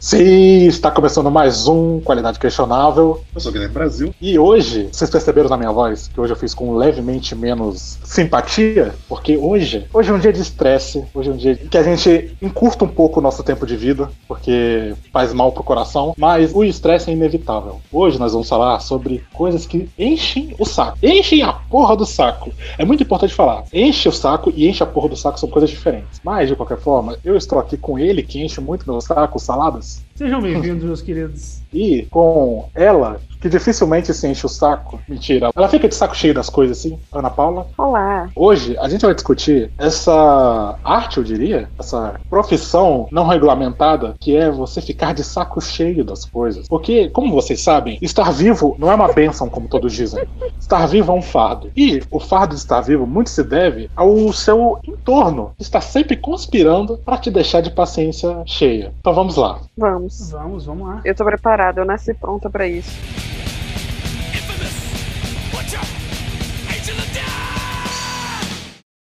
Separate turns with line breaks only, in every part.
Sim, está começando mais um Qualidade Questionável.
Eu sou o Guilherme Brasil.
E hoje, vocês perceberam na minha voz que hoje eu fiz com levemente menos simpatia? Porque hoje, hoje é um dia de estresse, hoje é um dia que a gente encurta um pouco o nosso tempo de vida, porque faz mal pro coração, mas o estresse é inevitável. Hoje nós vamos falar sobre coisas que enchem o saco. Enchem a porra do saco. É muito importante falar. Enche o saco e enche a porra do saco são coisas diferentes. Mas, de qualquer forma, eu estou aqui com ele que enche muito meu saco, saladas.
Sejam bem-vindos, meus queridos.
E com ela, que dificilmente se enche o saco. Mentira. Ela fica de saco cheio das coisas, assim. Ana Paula.
Olá.
Hoje a gente vai discutir essa arte, eu diria, essa profissão não regulamentada, que é você ficar de saco cheio das coisas. Porque, como vocês sabem, estar vivo não é uma bênção, como todos dizem. Estar vivo é um fardo. E o fardo de estar vivo muito se deve ao seu entorno, que está sempre conspirando para te deixar de paciência cheia. Então vamos lá.
Vamos.
Vamos, vamos lá.
Eu tô preparada, eu nasci pronta pra isso.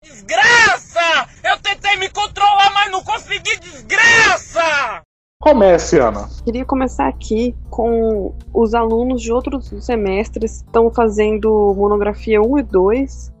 Desgraça! Eu tentei me controlar, mas não consegui, desgraça!
Comece, Ana.
Queria começar aqui com os alunos de outros semestres que estão fazendo monografia 1 e 2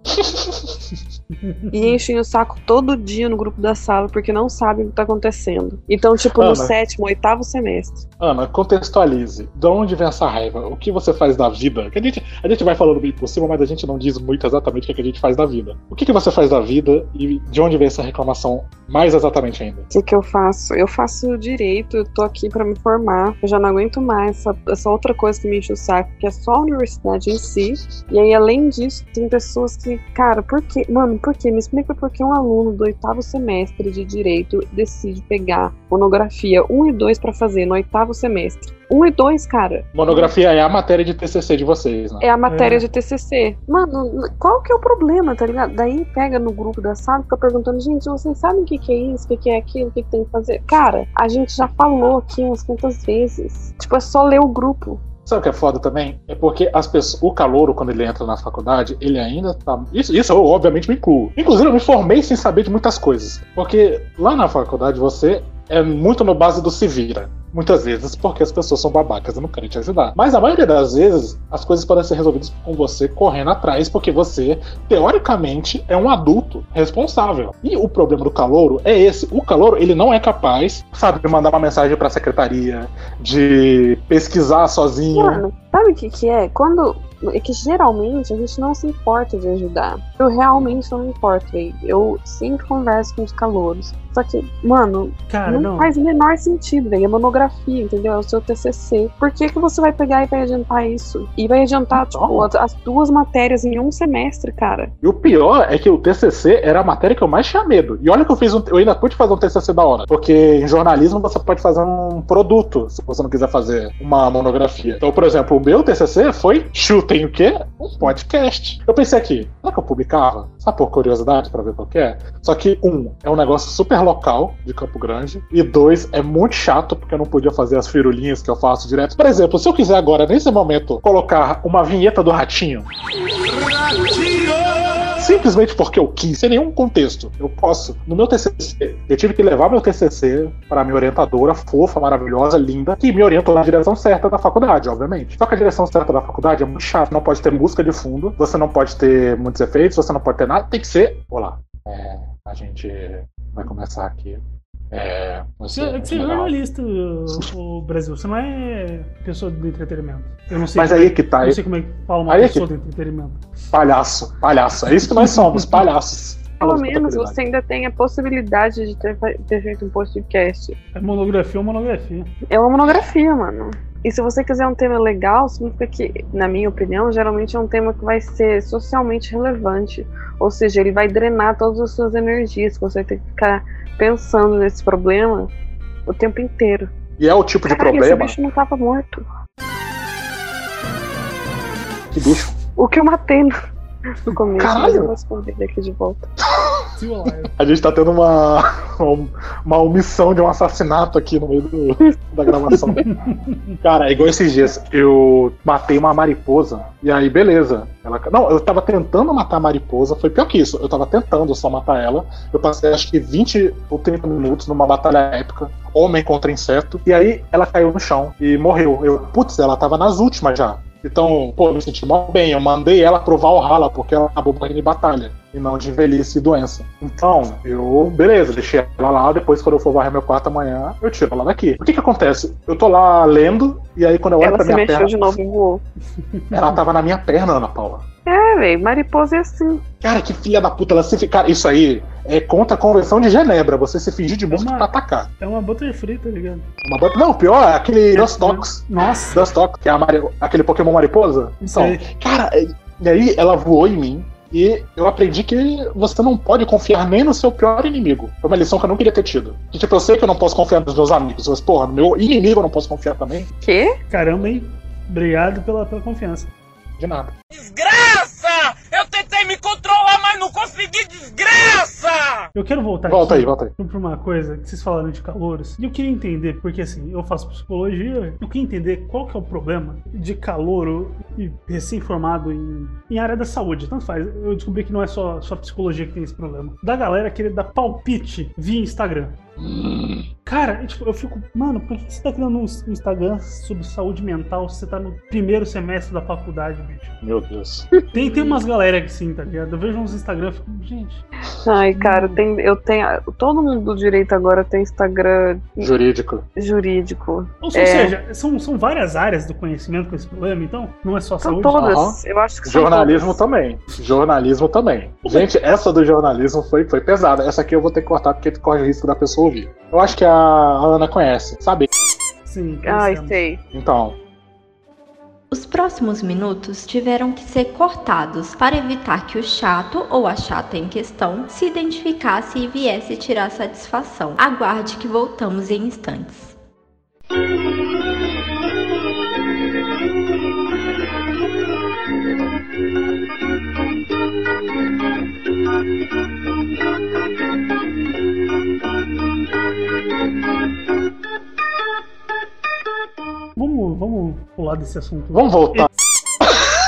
e enchem o saco todo dia no grupo da sala porque não sabem o que tá acontecendo. Então, tipo,
Ana.
no sétimo, oitavo semestre.
Ana, contextualize. De onde vem essa raiva? O que você faz da vida? Que a, gente, a gente vai falando bem por cima, mas a gente não diz muito exatamente o que, é que a gente faz da vida. O que, que você faz da vida e de onde vem essa reclamação mais exatamente ainda?
O que, que eu faço? Eu faço direito, eu tô aqui pra me formar. Eu já não aguento mais essa, essa outra coisa que me enche o saco, que é só a universidade em si. E aí, além disso, tem pessoas que, cara, por que? Mano, por que? Me explica por que um aluno do oitavo semestre de direito decide pegar monografia 1 e 2 pra fazer no oitavo semestre. 1 e 2, cara,
Monografia é a matéria de TCC de vocês, né?
é a matéria
É.
de TCC. Mano, qual que é o problema, tá ligado? Daí pega no grupo da sala, fica perguntando, gente, vocês sabem o que, que é isso, o que, que é aquilo, o que, que tem que fazer? Cara, a gente já falou aqui umas quantas vezes. Tipo, é só ler o grupo.
Sabe o que é foda também? É porque as pessoas, o calouro, quando ele entra na faculdade, ele ainda tá. Isso, isso eu, obviamente, me incluo. Inclusive, eu me formei sem saber de muitas coisas. Porque lá na faculdade você é muito no base do se vira. Muitas vezes, porque as pessoas são babacas e não querem te ajudar. Mas a maioria das vezes, as coisas podem ser resolvidas com você correndo atrás, porque você, teoricamente, é um adulto responsável. E o problema do calouro é esse. O calouro, ele não é capaz, sabe, de mandar uma mensagem pra secretaria, de pesquisar sozinho.
Mano, sabe o que, que é? Quando. É que geralmente a gente não se importa de ajudar. Eu realmente não me importo, velho. Eu sempre converso com os calouros. Só que, mano,
Cara,
não,
não.
faz o menor sentido, velho. É monografia, entendeu? É o seu TCC. Por que, que você vai pegar e vai adiantar isso? E vai adiantar, tipo, as, as duas matérias em um semestre, cara.
E o pior é que o TCC era a matéria que eu mais tinha medo. E olha que eu fiz um, eu ainda pude fazer um TCC da hora, porque em jornalismo você pode fazer um produto, se você não quiser fazer uma monografia. Então, por exemplo, o meu TCC foi chutem o quê? Um podcast. Eu pensei aqui, será que eu publicava? Só por curiosidade pra ver qual que é? Só que um, é um negócio super local de Campo Grande e dois, é muito chato porque eu não podia fazer as firulinhas que eu faço direto. Por exemplo, se eu quiser agora nesse momento colocar uma vinheta do ratinho simplesmente porque eu quis, sem nenhum contexto. Eu posso. No meu TCC, eu tive que levar meu TCC para minha orientadora, fofa, maravilhosa, linda, que me orientou na direção certa da faculdade, obviamente. Só que a direção certa da faculdade é muito chata. Não pode ter música de fundo, você não pode ter muitos efeitos, você não pode ter nada. Tem que ser. Olá. É, a gente vai começar aqui. É,
Você,
você-
você é jornalista, o, Brasil. Você não é pessoa do entretenimento. Eu não sei.
Mas
como
aí
é-
que tá,
Não sei como é que fala uma
aí é
pessoa do entretenimento.
palhaço, palhaço. É isso que nós somos, palhaços.
Pelo
Falamos com
menos
tranquilidade.
você ainda tem a possibilidade de ter, fe- ter feito um podcast.
É monografia ou monografia.
É uma monografia, mano. E se você quiser um tema legal, significa que, na minha opinião, geralmente é um tema que vai ser socialmente relevante. Ou seja, ele vai drenar todas as suas energias. Você vai ter que ficar pensando nesse problema o tempo inteiro.
E é o tipo de
Caralho, esse
problema.
bicho não tava morto.
Que bicho.
O que eu matei no, no começo, mas
Caralho!
eu vou esconder aqui de volta.
Still Alive.
A gente tá tendo uma, uma omissão de um assassinato aqui no meio do- da gravação. Cara, é igual esses dias. Eu matei uma mariposa, e aí beleza. Ela, não, eu tava tentando matar a mariposa, foi pior que isso. Eu tava tentando só matar ela. Eu passei acho que 20 ou 30 minutos numa batalha épica, homem contra inseto. E aí ela caiu no chão e morreu. Eu, putz, ela tava nas últimas já. Então, pô, eu me senti mal bem. Eu mandei ela provar o rala, porque ela acabou morrendo em batalha, e não de velhice e doença. Então, eu, beleza, deixei ela lá. Depois, quando eu for varrer meu quarto amanhã, eu tiro ela daqui. O que que acontece? Eu tô lá lendo, e aí quando eu olho
Ela
pra
se
minha
mexeu
perna.
de novo e voou.
Ela tava na minha perna, Ana Paula.
É, velho, mariposa é assim.
Cara, que filha da puta, ela se ficar. Isso aí é contra a Convenção de Genebra, você se fingir de monstro
Uma-
pra atacar.
É uma butterfree, tá ligado?
Uma bota- Não, pior, é aquele Dustox.
Nossa.
Dustox, que é a mari- aquele Pokémon mariposa. Então,
Sei.
cara, e aí ela voou em mim e eu aprendi que você não pode confiar nem no seu pior inimigo. Foi uma lição que eu não queria ter tido. Que, tipo, eu sei que eu não posso confiar nos meus amigos, mas, porra, no meu inimigo eu não posso confiar também.
Quê?
Caramba, hein? Obrigado pela, pela confiança.
De nada.
Desgraça! Eu tentei me controlar, mas não consegui, desgraça!
Eu quero voltar
Volta
aqui.
aí, volta aí.
Pra uma coisa que vocês falaram de calouros. E eu queria entender, porque assim, eu faço psicologia, eu queria entender qual que é o problema de calouro e recém-formado em, em área da saúde. Tanto faz, eu descobri que não é só, só psicologia que tem esse problema. Da galera querer dar palpite via Instagram. Cara, eu, tipo, eu fico, mano, por que você tá criando um um Instagram sobre saúde mental se você tá no primeiro semestre da faculdade, bicho?
Meu Deus.
Tem, tem umas galera que sim, tá ligado? Eu vejo uns Instagram e fico, gente,
Ai, cara, tem, eu tenho. Todo mundo do direito agora tem Instagram
Jurídico.
jurídico.
Ou, ou
É.
seja, são, são várias áreas do conhecimento com esse problema, então não é só saúde.
São todas. Eu acho que são
Jornalismo
todas.
também. Jornalismo também. Gente, essa do jornalismo foi, foi pesada. Essa aqui eu vou ter que cortar porque corre o risco da pessoa ouvir. Eu acho que a Ana conhece, sabe?
Sim,
tá
Ai,
conhecemos.
sei.
Então,
Os próximos minutos tiveram que ser cortados para evitar que o chato ou a chata em questão se identificasse e viesse tirar satisfação. Aguarde que voltamos em instantes.
Vamos, vamos pular desse assunto.
vamos voltar.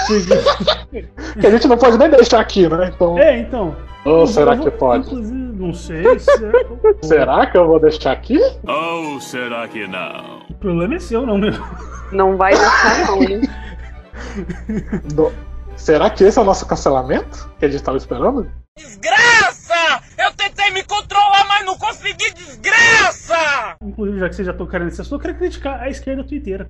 Porque a gente não pode nem deixar aqui, né? Então,
É, então.
ou
eu
será
vou-
que pode?
Inclusive, não sei. se é-
Será que eu vou deixar aqui?
Ou será que não?
O problema é seu, não meu.
Não vai deixar, não, né? hein?
No- Será que esse é o nosso cancelamento? Que a gente tava esperando?
Desgraça! Eu tentei me controlar, mas não consegui, desgraça!
Inclusive, já que vocês já tocaram nesse assunto, eu quero criticar a esquerda twitteira.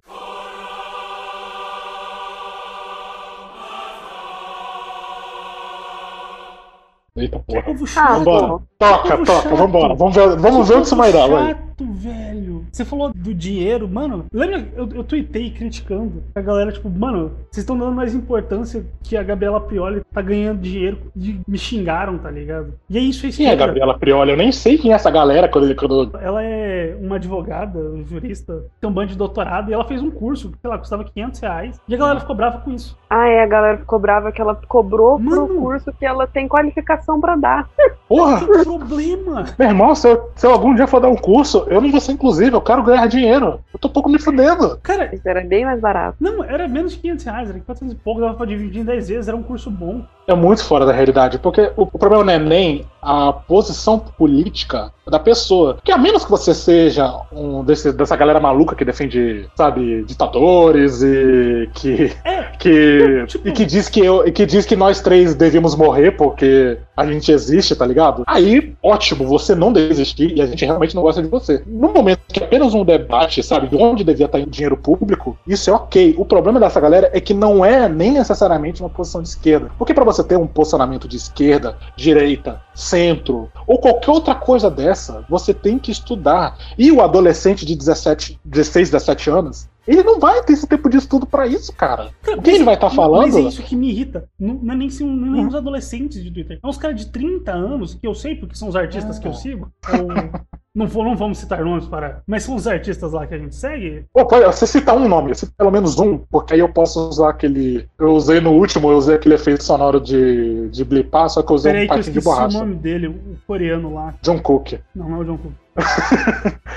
Eita porra.
Ovo
Ah,
chato.
Vambora.
pô.
Toca,
Povo
toca,
chato.
vambora. Vamos ver, vamos ver o que isso vai dar, vai.
chato, velho. Você falou do dinheiro, mano. Lembra? Eu, eu tuitei criticando. A galera, tipo, mano, vocês estão dando mais importância que a Gabriela Prioli tá ganhando dinheiro e me xingaram, tá ligado? E é isso, é
Quem é a
esquerda.
Gabriela Prioli? Eu nem sei quem é essa galera quando ele. Quando...
Ela é uma advogada, jurista, tem um bando de doutorado, e ela fez um curso que, sei lá, custava 500 reais, e a galera ficou brava com isso.
Ah, é, a galera ficou brava que ela cobrou pro
Mano.
curso que ela tem qualificação pra dar.
Porra!
Que problema!
Meu irmão, se eu, se eu algum dia for dar um curso, eu não vou ser inclusivo, eu quero ganhar dinheiro. Eu tô um pouco me fudendo.
Cara,
Isso era bem mais barato.
não, era menos de 500 reais, era 400 e pouco, dava pra dividir em 10 vezes, era um curso bom.
É muito fora da realidade, porque o, o problema não é nem a posição política da pessoa. Porque a menos que você seja um desse, dessa galera maluca que defende, sabe, ditadores e que.
É.
que
Tipo-
e que diz que, eu, e que diz que nós três devíamos morrer porque a gente existe, tá ligado? Aí, ótimo, você não deve existir e a gente realmente não gosta de você. No momento que é apenas um debate, sabe, de onde devia estar indo dinheiro público, isso é ok. O problema dessa galera é que não é nem necessariamente uma posição de esquerda. Porque pra você ter um posicionamento de esquerda, direita, centro ou qualquer outra coisa dessa, você tem que estudar. E o adolescente de 17, 16, 17 anos, ele não vai ter esse tempo de estudo pra isso, cara.
Cara,
O que ele vai estar
Mas é
falando?
isso que me irrita. Não, não é nem, se- não é nem os
Ah.
adolescentes de Twitter. É uns caras de 30 anos, que eu sei porque são os artistas que eu sigo. É o Não, vou- não vamos citar nomes para. Mas são os artistas lá que a gente segue.
Pô, pode, você citar um nome, cita pelo menos um, porque aí eu posso usar aquele. Eu usei no último, eu usei aquele efeito sonoro de, de blipar, só que eu usei
Peraí,
um
que eu
patinho de
esqueci o
borracha.
nome dele, o coreano lá.
John Cook.
Não, não é o John Cook.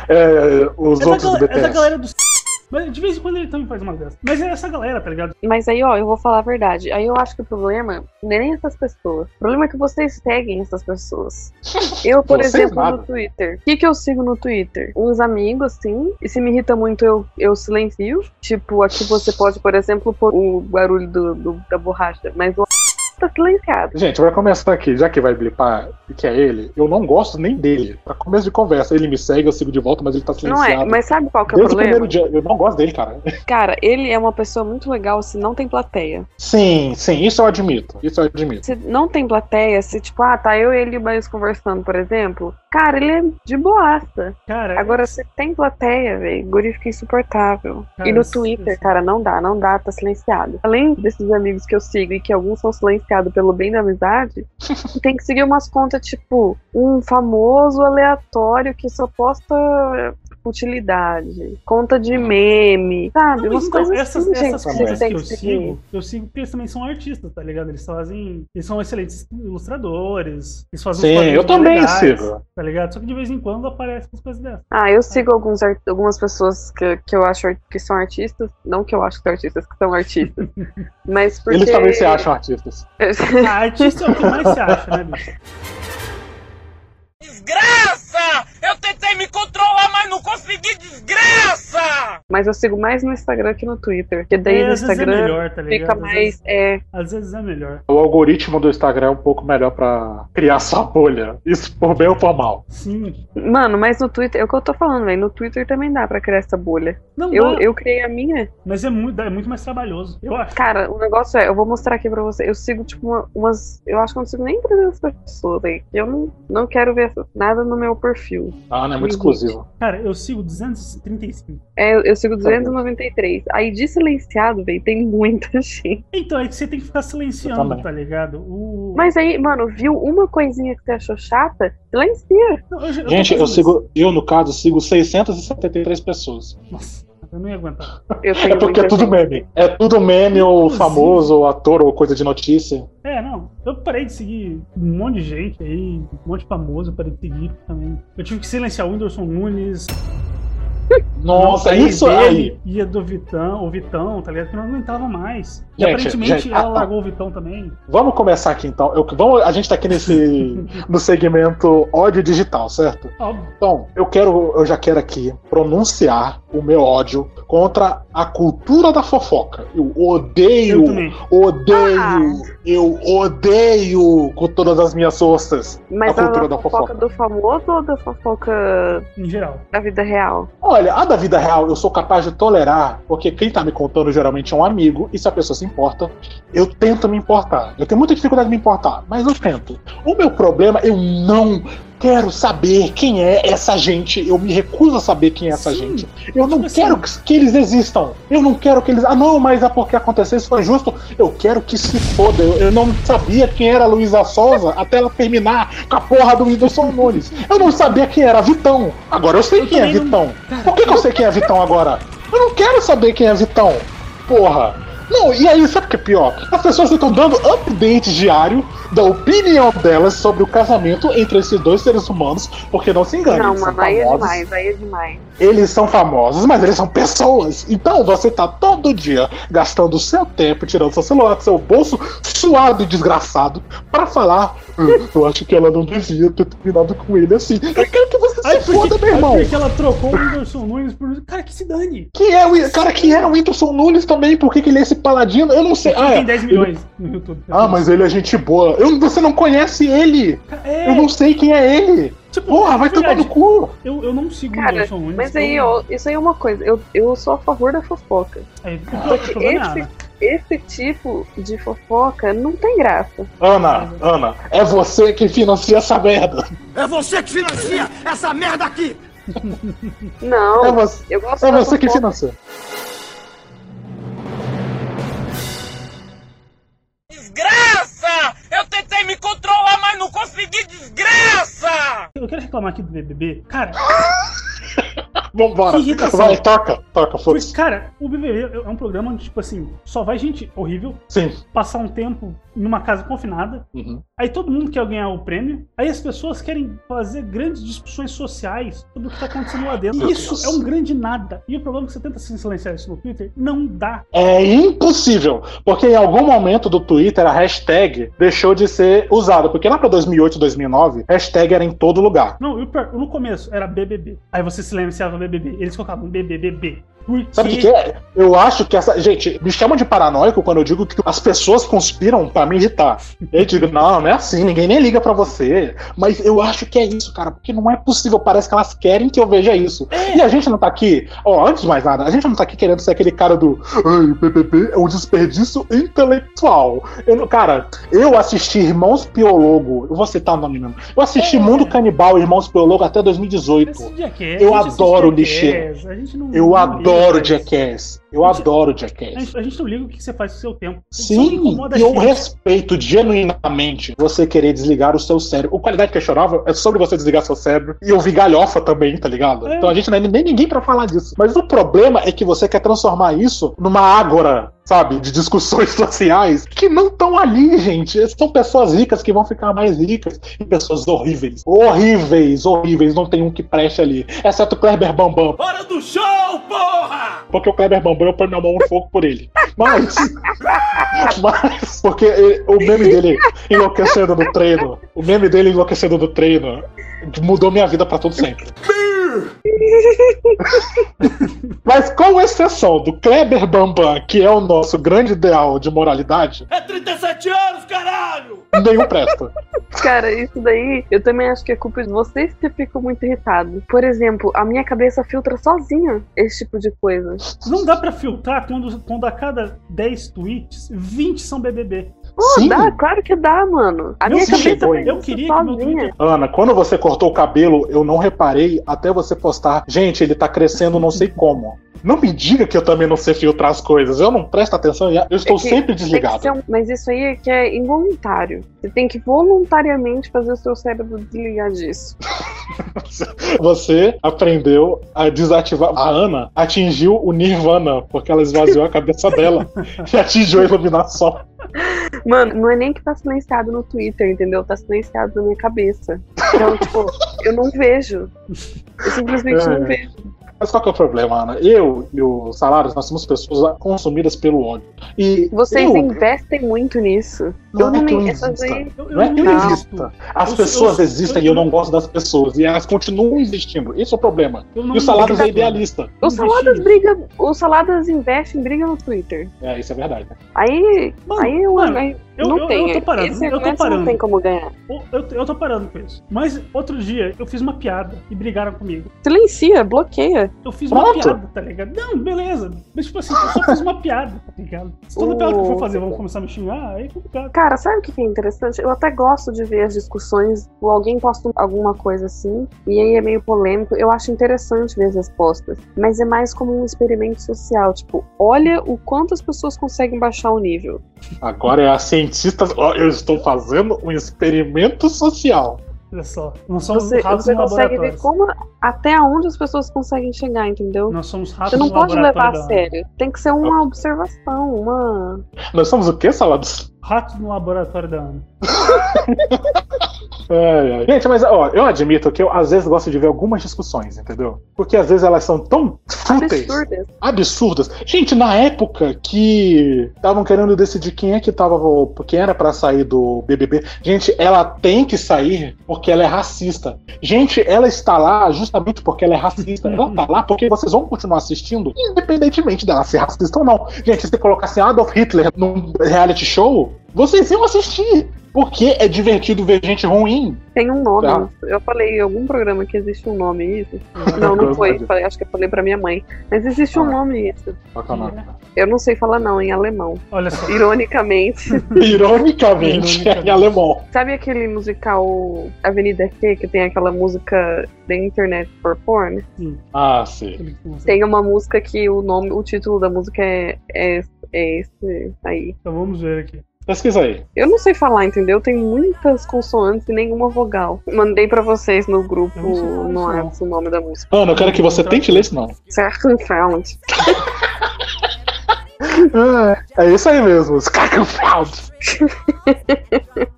É, os
Essa,
outros do
gal essa
BTS.
galera do. Mas de vez em quando ele também faz umas dessas. Mas é essa galera, tá ligado?
Mas aí, ó, eu vou falar a verdade. Aí eu acho que o problema não é nem essas pessoas. O problema é que vocês seguem essas pessoas. Eu, por
Vocês
exemplo,
nada.
no Twitter. O que, que eu sigo no Twitter? Uns amigos, sim. E se me irrita muito, eu, eu silencio. Tipo, aqui você pode, por exemplo, pôr o barulho do, do- da borracha. Mas o tá silenciado.
Gente, vai começar aqui, já que vai blipar, que é ele, eu não gosto nem dele. Pra começo de conversa, ele me segue, eu sigo de volta, mas ele tá
Não
silenciado.
é, mas sabe qual que é o
Desde o
problema?
primeiro dia, eu não gosto dele, cara.
Cara, ele é uma pessoa muito legal se não tem plateia.
Sim, sim, isso eu admito. Isso eu admito.
se não tem plateia, se tipo, ah, tá eu e ele e o Baius conversando, por exemplo, cara, ele é de boaça.
Cara,
Agora, se tem plateia, velho, guri fica insuportável.
Cara,
e no
isso-
Twitter,
isso-
cara, não dá, não dá, tá silenciado. Além desses amigos que eu sigo e que alguns são silenciados pelo bem da amizade, tem que seguir umas contas, tipo, um famoso aleatório que só posta utilidade, conta de meme, sabe?
Não, mas
umas
então,
coisas
essas,
assim, gente,
essas
que
coisas
vocês
que
têm
eu
que seguir.
sigo, eu sigo porque eles também são artistas, tá ligado? Eles fazem. Eles são excelentes ilustradores. Eles fazem uns
Sim,
quadrinhos
eu também
legais,
sigo.
Tá ligado? Só que de vez em quando aparecem umas coisas dessas.
Ah, eu sigo alguns ar- algumas pessoas que, que eu acho ar- que são artistas. Não que eu acho que são artistas, que são artistas. Mas porque.
Eles também se acham artistas.
A artista é o que mais se acha, né, bicho?
Desgraça! Eu tentei me controlar, mas não consegui, desgraça!
Mas eu sigo mais no Instagram que no Twitter. Porque daí
É,
no
às vezes é
Instagram
melhor, tá ligado?
fica
Às vezes-
mais. É,
Às vezes é melhor.
O algoritmo do Instagram é um pouco melhor pra criar sua bolha. Isso por bem ou por mal.
Sim.
mano, mas no Twitter. É o que eu tô falando, velho. No Twitter também dá pra criar essa bolha.
Não,
Eu,
dá,
eu criei a minha.
mas é muito, é muito mais trabalhoso, eu acho.
Cara, o negócio é. Eu vou mostrar aqui pra você. Eu sigo, tipo, uma- umas. Eu acho que eu não sigo nem 300 pessoas, velho. Eu não, não quero ver nada no meu perfil.
Ah, não é muito
Uhum.
exclusivo.
Cara, eu sigo 235.
É, eu- eu sigo
Tá
293. Aí de silenciado, velho, tem muita gente.
Então, é que você tem que ficar
Eu
silenciando,
também.
tá ligado? O...
Mas aí, mano, viu uma coisinha que você achou chata? Silencia.
Não, eu já- eu tô
Gente, eu
fazendo
sigo, eu no caso, sigo 673 pessoas.
isso. Nossa, eu não ia aguentar.
Eu
É
tenho
porque é
muita
tudo
gente.
meme. É tudo meme, ou
Inclusive.
famoso, ou ator, ou coisa de notícia.
É, não. Eu parei de seguir um monte de gente aí, um monte de famoso, eu parei de seguir também. Eu tive que silenciar o Whindersson Nunes,
Nossa, é
não,
isso aí.
dele, Ia do Vitão, o Vitão, tá ligado? Que não aguentava mais. E
Gente,
aparentemente
gente,
ela
ah, ah.
largou o Vitão também.
Vamos começar aqui então. Eu- vamos, a gente tá aqui nesse no segmento ódio digital, certo?
Óbvio.
Então, eu quero, eu já quero aqui pronunciar o meu ódio contra a cultura da fofoca. Eu
Eu
odeio,
também.
odeio,
Ah.
eu odeio com todas as minhas forças.
Mas é
A
a,
cultura da
da fofoca
fofoca.
do famoso ou da fofoca
Em geral.
da vida real?
Olha, a da vida real eu sou capaz de tolerar, porque quem tá me contando geralmente é um amigo, e se a pessoa se importa, eu tento me importar. Eu tenho muita dificuldade de me importar, mas eu tento. O meu problema, eu não quero saber quem é essa gente, eu me recuso a saber quem é essa
Sim.
gente. Eu não
Tipo assim.
quero que, que eles existam. Eu não quero que eles. Ah, não, mas é porque aconteceu, isso foi justo. Eu quero que se foda. Eu, eu não sabia quem era a Luísa Souza até ela terminar com a porra do Whindersson Nunes. Eu não sabia quem era Vitão. Agora eu sei
Eu
quem é
também não-
Vitão. Por que, que eu sei quem é Vitão agora? Eu não quero saber quem é Vitão. Porra. Não, e aí, sabe o que é pior? As pessoas estão dando update diário da opinião delas sobre o casamento entre esses dois seres humanos, porque não se enganem.
não,
eles são
mano, aí é
famosos.
demais, aí é demais.
Eles são famosos, mas eles são pessoas. Então você tá todo dia gastando o seu tempo, tirando seu celular do seu bolso, suado e desgraçado, pra falar. "Hum, Eu acho que ela não devia ter terminado com ele assim. Eu quero que você se foda, meu irmão.
ai, porque ela trocou o Whindersson Nunes por. um- Cara, que se dane.
Que é o cara que era o Whindersson Nunes também, por que que ele é esse paladino? Eu não sei.
Ele
Ah,
Tipo, tem
é.
10 milhões no YouTube. assim.
Ah, mas ele é gente boa. Eu- você não conhece ele!
É,
Eu não sei quem é ele!
tipo,
Porra, vai
de
tomar
verdade,
no cu!
Eu, eu não sigo o
Cara,
Whindersson Nunes. então,
Mas aí,
eu-
ó, isso aí é uma coisa. Eu, eu sou a favor da fofoca.
É, o problema- o problema é
esse-
Ana.
Esse tipo de fofoca não tem graça.
Ana, Ana, é você que financia essa merda!
É você que financia essa merda aqui!
É
Não,
você,
eu gosto
é
da
você que
fofoca.
financia.
Desgraça! Eu tentei me controlar, mas não consegui, desgraça!
Eu eu quero reclamar aqui do BBB. Cara,
Vambora.
Que irritação.
Vai, toca, toca,
porque,
foda-se.
cara, o BBB é um programa onde, tipo assim, só vai gente horrível
Sim.
passar um tempo numa casa confinada,
Uhum.
Aí todo mundo quer ganhar o prêmio. Aí as pessoas querem fazer grandes discussões sociais sobre o que tá acontecendo lá dentro.
Meu
Isso
Deus.
é um grande nada. E o problema é que você tenta se silenciar isso no Twitter, não dá.
É impossível, porque em algum momento do Twitter a hashtag deixou de ser usada, porque lá pra 2008, 2009, hashtag era em todo lugar.
Não, e o pior, no começo era BBB. Aí você silenciava BBB. Eles colocavam BBBB. Por
Sabe o que, que
quê?
é? Eu acho que essa. Gente, me chamam de paranoico quando eu digo que as pessoas conspiram pra me irritar. Eu digo, não, não é assim, ninguém nem liga pra você. Mas eu acho que é isso, cara, porque não é possível, parece que elas querem que eu veja isso.
É.
E a gente não tá aqui, ó, antes de mais nada, a gente não tá aqui querendo ser aquele cara do. Ai, PPP é um desperdício intelectual. Eu, não- cara, eu assisti Irmãos Piologo, eu vou citar o nome mesmo. Eu assisti
É.
Mundo Canibal, Irmãos Piologo até 2018.
Esse Jackass,
Eu
a gente assiste
adoro
Jackass,
lixeira.
A gente não,
Eu
não
adoro
liga pra isso.
Jackass. Eu
Gente,
adoro
A
Jackass.
gente, a gente não liga o que você faz com o seu tempo. Isso não
Sim,
incomoda a
e eu
gente.
respeito genuinamente você querer desligar o seu cérebro. O qualidade questionável é sobre você desligar seu cérebro e ouvir galhofa também, tá ligado?
É.
Então a gente não é nem ninguém pra falar disso. Mas o problema é que você quer transformar isso numa ágora, sabe, de discussões sociais que não estão ali, gente. São pessoas ricas que vão ficar mais ricas e pessoas horríveis. Horríveis, horríveis. Não tem um que preste ali. Exceto o Kleber Bambam,
Hora do show, porra!
porque o Kleber Bambam eu ponho minha mão no fogo por ele. Mas. mas porque ele- o meme dele enlouquecendo no treino. O meme dele enlouquecendo no treino mudou minha vida pra todo sempre. Mas com exceção do Kleber Bambam, que é o nosso grande ideal de moralidade,
É 37 anos, caralho!
nenhum presta.
Cara, isso daí eu também acho que é culpa de vocês que ficam muito irritados. Por exemplo, a minha cabeça filtra sozinha esse tipo de coisa.
Não dá pra filtrar quando, quando a cada 10 tweets, 20 são BBB.
Pô,
Sim.
Oh, dá, claro que dá, mano. A
Meu
minha
Twitter,
cabeça
eu
filtra
queria que meu
sozinha.
Twitter-
Ana, quando você cortou o cabelo, eu não reparei até você postar. Gente, ele tá crescendo não sei como. Não me diga que eu também não sei filtrar as coisas. Eu não presto atenção e eu estou
É que
sempre
Tem que
desligado.
ser um- Mas isso aí é que é involuntário. Você tem que voluntariamente fazer o seu cérebro desligar disso.
Você aprendeu a desativar. A Ana atingiu o Nirvana, porque ela esvaziou a cabeça dela e atingiu a iluminação.
Mano, não é nem que tá silenciado no Twitter, entendeu? Tá silenciado na minha cabeça. Então, tipo, eu não vejo. Eu simplesmente
É.
não vejo.
Mas qual que é o problema, Ana? Eu e o Salários, nós somos pessoas consumidas pelo ódio. E
Vocês
eu,
investem muito nisso.
Não
eu
é
não
que eu
me. Essas
invisto.
aí.
Eu,
Não é que eu
Não.
exista. As
Eu-
pessoas
eu-
existem e eu não gosto das pessoas. E elas continuam existindo. Esse é o problema.
eu não
E o Salários é
ligo.
idealista.
Os
Investir
saladas
nisso.
brigam. Os saladas investem, brigam no Twitter.
É, isso é verdade.
Aí.
Mano,
aí eu.
mano,
aí
Eu,
não
eu,
tem.
eu tô parando,
Esse
eu tô
argumento
parando.
não tem como ganhar.
Eu, eu- eu tô parando com isso. Mas outro dia eu fiz uma piada e brigaram comigo.
Silencia, bloqueia.
Eu fiz
Pronto.
uma piada, tá ligado? Não, beleza. Mas tipo assim, eu só fiz uma piada, tá ligado? Se toda piada que eu for fazer vão começar a me xingar, aí é complicado.
Cara, sabe o que que é interessante? Eu até gosto de ver as discussões, ou alguém posta alguma coisa assim, e aí é meio polêmico. Eu acho interessante ver as respostas, mas é mais como um experimento social. Tipo, olha o quanto as pessoas conseguem baixar o nível.
Agora é a cientista. Ó, eu estou fazendo um experimento social.
Olha só, nós somos
Você,
ratos
você
no
consegue ver
um laboratório.
como até onde as pessoas conseguem chegar, entendeu?
Nós somos
Você
ratos no
não pode levar a
um laboratório. da Ana.
sério. Tem que ser uma observação, uma.
Nós somos o quê, Salados?
Ratos no laboratório da Ana.
Ai, ai. É, Gente, mas ó, eu admito que eu às vezes gosto de ver algumas discussões, entendeu? Porque às vezes elas são tão fúteis,
Absurda.
absurdas. Gente, na época que estavam querendo decidir quem é que tava, quem era pra sair do BBB, gente, ela tem que sair porque ela é racista. Gente, ela está lá justamente porque ela é racista. Ela tá lá porque vocês vão continuar assistindo, independentemente dela ser racista ou não. Gente, se colocasse Adolf Hitler num reality show, vocês iam assistir. Porque é divertido ver gente ruim.
Tem um nome.
Tá.
Eu falei em algum programa que existe um nome isso.
Tá,
Não,
Coisa
não foi.
de-
Falei- acho que eu falei pra minha mãe. Mas existe um
Ah.
nome isso.
Sacanagem.
Eu não sei falar não em alemão.
Olha só.
Ironicamente.
Ironicamente, é em alemão.
Sabe aquele musical Avenida Q que tem aquela música The Internet for Porn?
Ah, sim.
ele que não sabe.
Tem uma música que o nome, o título da música é, é, é esse aí.
Então vamos ver aqui.
Pesquisa aí.
Eu não sei falar, entendeu? Tem muitas consoantes e nenhuma vogal. Mandei pra vocês no grupo,
Eu não sei falar
no
isso, não.
WhatsApp, o nome da música.
Ana, eu quero que você tente ler isso, não.
Circumference.
É, é isso aí mesmo. os Cacafados.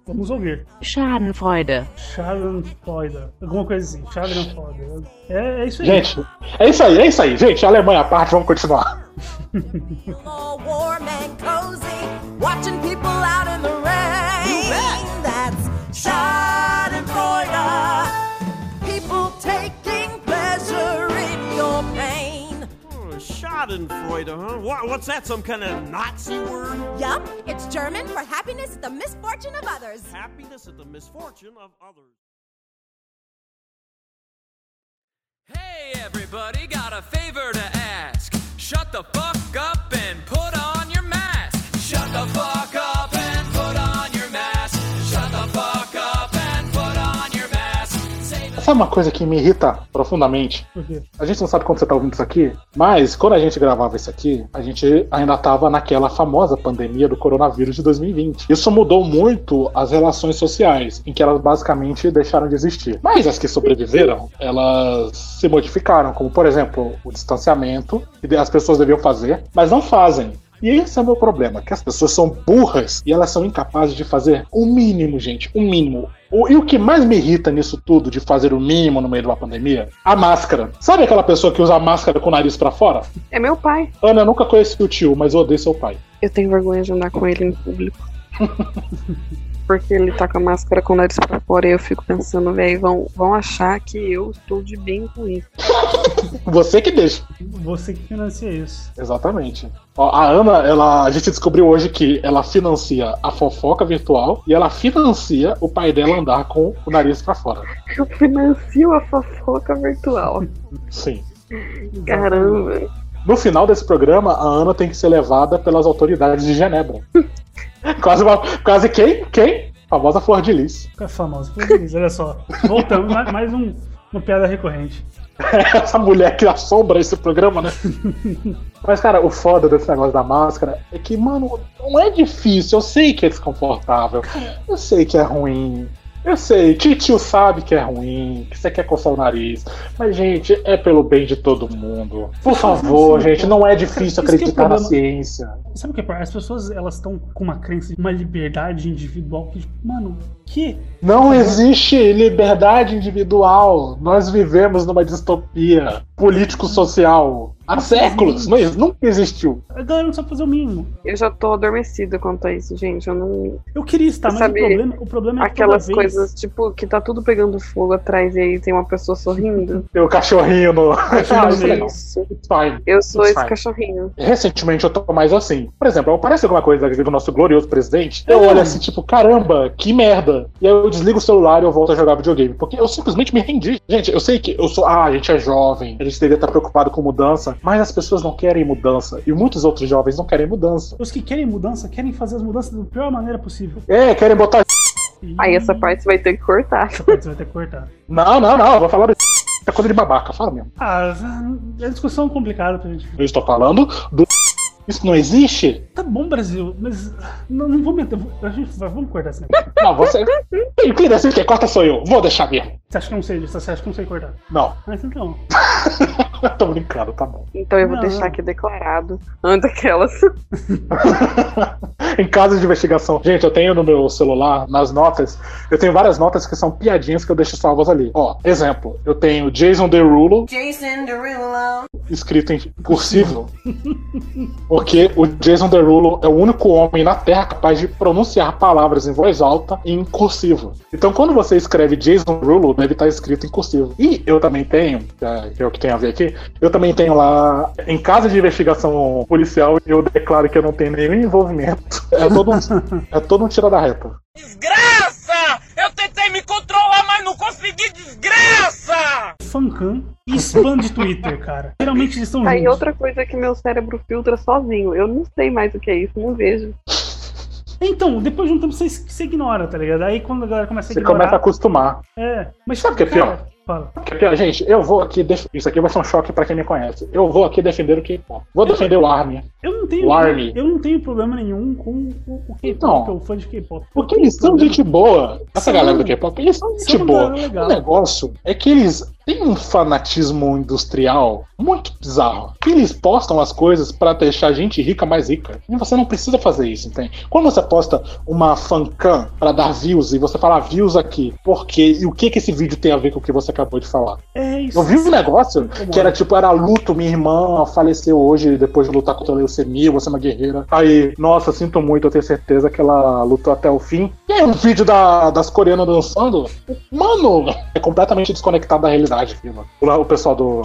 Vamos ouvir.
Schadenfreude.
Schadenfreude. Alguma coisa assim. Schadenfreude. É, é isso aí.
Gente, é isso aí, é isso aí. Gente, Alemanha à parte, vamos continuar.
all warm and cozy, watching people out in the rain. That's Schadenfreude. People taking pleasure in your pain.
Oh, Schadenfreude, huh? What, what's that, some kind of Nazi word?
Yup, it's German for happiness at the misfortune of others.
Happiness at the misfortune of others.
Hey, everybody, got a favor to ask. Shut the fuck up and put on your mask. Shut the fuck up and put on your mask. Shut the fuck up and put on your mask. Say the
Sabe uma coisa que me irrita profundamente?
Por quê?
A gente não sabe quando você tá ouvindo isso aqui, mas quando a gente gravava isso aqui, a gente ainda tava naquela famosa pandemia do coronavírus de 2020. Isso mudou muito as relações sociais, em que elas basicamente deixaram de existir. Mas as que sobreviveram, elas se modificaram, como por exemplo, o distanciamento, que as pessoas deviam fazer, mas não fazem. E esse é o meu problema, que as pessoas são burras e elas são incapazes de fazer o mínimo, gente, o mínimo. O- e o que mais me irrita nisso tudo, de fazer o mínimo no meio de uma pandemia, a máscara. Sabe aquela pessoa que usa a máscara com o nariz pra fora?
É meu pai.
Ana, eu nunca conheci o tio, mas eu odeio seu pai.
Eu tenho vergonha de andar com ele em público. Porque ele tá com a máscara com o nariz pra fora e eu fico pensando, velho, vão, vão achar que eu estou de bem com isso.
Você que deixa.
Você que financia isso.
Exatamente. Ó, a Ana, ela, a gente descobriu hoje que ela financia a fofoca virtual e ela financia o pai dela andar com o nariz pra fora.
Eu financio a fofoca virtual.
Sim.
Caramba.
No final desse programa, a Ana tem que ser levada pelas autoridades de Genebra. quase, uma- quase quem? Quem? A famosa Flor de Lis.
Fica famoso. Fica feliz. Olha só. Voltamos. mais, mais um, uma piada recorrente.
Essa mulher que assombra esse programa, né? Mas, cara, o foda desse negócio da máscara é que, mano, não é difícil. Eu sei que é desconfortável. Eu sei que é ruim. Eu sei, titio sabe que é ruim, que você quer coçar o nariz. Mas, gente, é pelo bem de todo mundo. Por favor, gente, não é difícil
assim, Isso que é o
acreditar na
problema.
ciência.
Sabe o que é pior? As pessoas, elas estão com uma crença de uma liberdade individual que, tipo, mano, que
Não existe liberdade individual. Nós vivemos numa distopia político-social há séculos. Não, nunca existiu.
a galera não sabe fazer o mínimo.
Eu já tô adormecida quanto a isso, gente. Eu não.
Eu queria estar, mas
Sabe,
o problema, o problema é que toda
Aquelas
vez-
coisas, tipo, que tá tudo pegando fogo atrás e aí tem uma pessoa sorrindo.
Tem o cachorrinho no. Ah, isso é legal.
Isso.
It's fine.
Eu sou
It's
esse
fine.
cachorrinho.
Recentemente eu tô mais assim. Por exemplo, aparece alguma coisa do nosso glorioso presidente, eu olho assim, tipo, caramba, que merda. E aí eu desligo o celular e eu volto a jogar videogame. Porque eu simplesmente me rendi. Gente, eu sei que eu sou. Ah, a gente é jovem, a gente deveria estar preocupado com mudança, mas as pessoas não querem mudança. E muitos outros jovens não querem mudança.
Os que querem mudança, querem fazer as mudanças da pior maneira possível.
É, querem botar.
E-
Aí essa parte vai ter que cortar.
Essa parte você vai ter que cortar.
Não, não, não, eu vou falar. do- É coisa de babaca, fala mesmo.
Ah, é uma discussão complicada pra gente.
Eu estou falando do. Isso não existe?
Tá bom, Brasil, mas não, não vou meter. vou- A gente vai, vamos cortar esse negócio.
Não, você. Quem- Quem decide quem corta sou eu. Vou deixar mesmo.
Você acha que eu não sei disso? Você acha que eu não sei cortar?
Não,
Mas então.
tô brincando, tá bom.
Então eu vou
Não.
deixar aqui declarado. Anda aquelas.
em caso de investigação. Gente, eu tenho no meu celular, nas notas, eu tenho várias notas que são piadinhas que eu deixo salvas ali. Ó, exemplo, eu tenho Jason Derulo
Jason Derulo.
escrito em cursivo, porque o Jason Derulo é o único homem na Terra capaz de pronunciar palavras em voz alta e em cursivo. Então, quando você escreve Jason Derulo, deve estar escrito em cursivo. E eu também tenho, é, que é o que tem a ver aqui, eu também tenho lá, em casa de investigação policial, eu declaro que eu não tenho nenhum envolvimento. É todo um, é todo um tira da reta.
desgraça! Eu tentei me controlar, mas não consegui, desgraça!
Fancan e spam de Twitter, cara. Geralmente eles estão
Aí
juntos.
outra coisa que meu cérebro filtra sozinho. Eu não sei mais o que é isso, não vejo.
Então, depois de um tempo você, você ignora, tá ligado? Aí quando a galera começa a
Você
ignorar.
começa a acostumar.
É. Mas
Sabe o que é
cara, Fala.
Porque, Gente, eu vou aqui. def- Isso aqui vai ser um choque pra quem me conhece. Eu vou aqui defender o K-pop. Vou defender o Armin.
Eu não tenho.
Warning.
Eu não tenho problema nenhum com o, o K-pop,
Então.
eu fã de K-pop.
Porque eles são gente boa. Essa
Uhum. Sim. é
galera do K-pop, eles são gente
uma
boa.
galera legal.
O negócio é que eles têm um fanatismo industrial muito bizarro. Que Eles postam as coisas pra deixar a gente rica mais rica. E você não precisa fazer isso, entende? Quando você posta uma fancam pra dar views e você fala "Ah, views aqui, por quê? E o que, que esse vídeo tem a ver com o que você acabou de falar?
É isso.
Eu vi um negócio que era tipo, era luto, minha irmã faleceu hoje depois de lutar contra a leucemia, você é uma guerreira. Aí, nossa, sinto muito, eu tenho certeza que ela lutou até o fim. E aí um vídeo da- das coreanas dançando, mano, é completamente desconectado da realidade aqui, mano. Lá O pessoal do,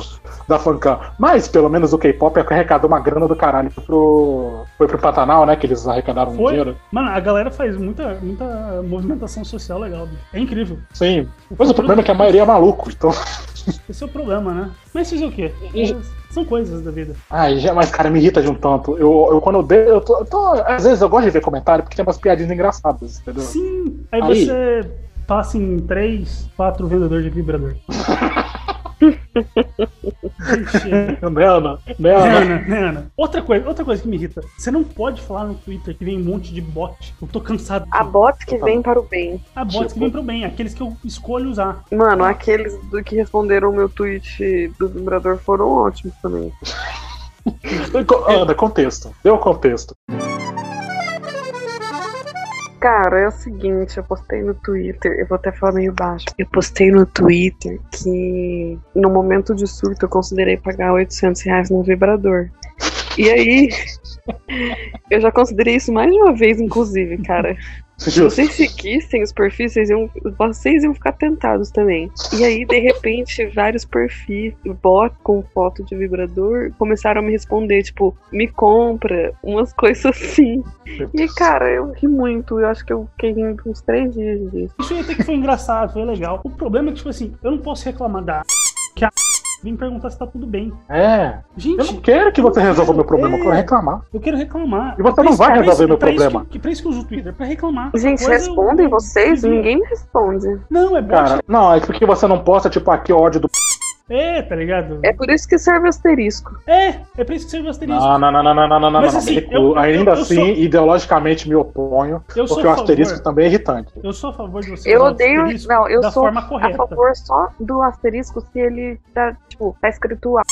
da fancam. Mas, pelo menos, o K-pop arrecadou uma grana do caralho pro... Foi pro Pantanal, né, que eles arrecadaram um
Foi?
dinheiro.
Mano, a galera faz muita, muita movimentação social legal. bicho. É incrível.
Sim. Mas o problema é que a maioria é maluco, então...
Esse é o problema, né? Mas fazer o quê? É,
E-
São coisas da vida.
Ai, já- mas cara, me irrita de um tanto. Eu, eu quando eu, dei, eu, tô, eu tô- Às vezes eu gosto de ver comentário porque tem umas piadinhas engraçadas, entendeu?
Sim. Aí,
Aí.
você passa em três, quatro vendedores de vibrador. Chega.
Né, Ana? Né,
Né,
Ana?
Ana? Né, Ana? Outra coisa, outra coisa que me irrita. Você não pode falar no Twitter que vem um monte de bot. Eu tô cansado.
Ah,
Há bots que vêm para o bem.
Há bots que vêm
tipo-
pro bem, aqueles que eu escolho usar.
Mano, aqueles do que responderam o meu tweet do vibrador foram ótimos também.
Co- Ana, contexto. Deu contexto.
Cara, é o seguinte, eu postei no Twitter, eu vou até falar meio baixo. Eu postei no Twitter que no momento de surto eu considerei pagar 800 reais num vibrador. E aí, eu já considerei isso mais de uma vez, inclusive, cara. Se
Justo.
vocês seguissem os perfis, vocês iam, vocês iam ficar tentados também. E aí, de repente, vários perfis, bot com foto de vibrador, começaram a me responder, tipo, me compra, umas coisas assim. E, cara, eu ri muito. Eu acho que eu fiquei rindo uns três dias disso.
Isso aí até que foi engraçado, foi legal. O problema é que, tipo assim, eu não posso reclamar da que a vim perguntar se tá tudo bem.
É.
Gente,
Eu não quero que você resolva meu problema, eu
É.
quero reclamar.
eu quero reclamar.
E você
Pra
não
isso-
vai
pra
resolver
isso-
meu
pra isso
problema.
que- que- Pra isso que eu uso o Twitter, pra reclamar. Coisa
Gente,
eu-
respondem vocês? Ninguém me responde.
Não, é bot.
Cara, não, é porque você não posta, tipo, aqui ódio do.
É, tá ligado?
É por isso que serve o asterisco.
É, é pra isso que serve o asterisco.
Não, não, não, não, não, não, não, não,
Mas
não,
assim,
me recuo.
eu- eu-
Ainda
eu
assim,
sou-
ideologicamente me oponho,
Eu sou
porque o
a favor.
asterisco também é irritante.
Eu sou a favor de você
Eu
usar o
odeio.
asterisco
Não, eu
da
sou
forma
a
correta.
favor só do asterisco se ele tá, tipo, tá escrito A.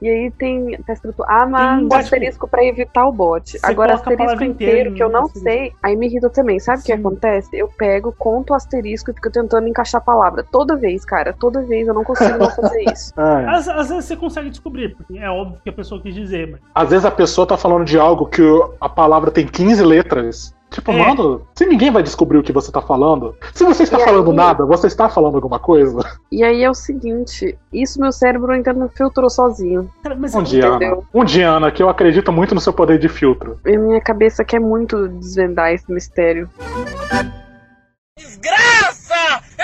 E aí tem. Tá escrito A, mas
Tem
o
bot-
asterisco pra evitar o bot.
Você
Agora,
coloca a
asterisco
palavra inteira
inteiro, que eu
no
não
asterisco.
sei, aí me irrita também. Sabe o que
Sim.
acontece? Eu pego, conto o asterisco e fico tentando encaixar a palavra. Toda vez, cara. Toda vez eu não consigo não fazer isso.
É.
Às, às vezes você consegue descobrir, porque é óbvio que a pessoa quis dizer, mas
Às vezes a pessoa tá falando de algo que o- a palavra tem 15 letras. Tipo,
É.
mano, se ninguém vai descobrir o que você tá falando, se você está
E aí?
falando nada, você está falando alguma coisa?
E aí é o seguinte, isso meu cérebro ainda não filtrou sozinho.
Cara, mas
Um dia, Ana.
Entendeu?
Um dia, Ana, que eu acredito muito no seu poder de filtro.
E minha cabeça quer muito desvendar esse mistério.
Desgraça!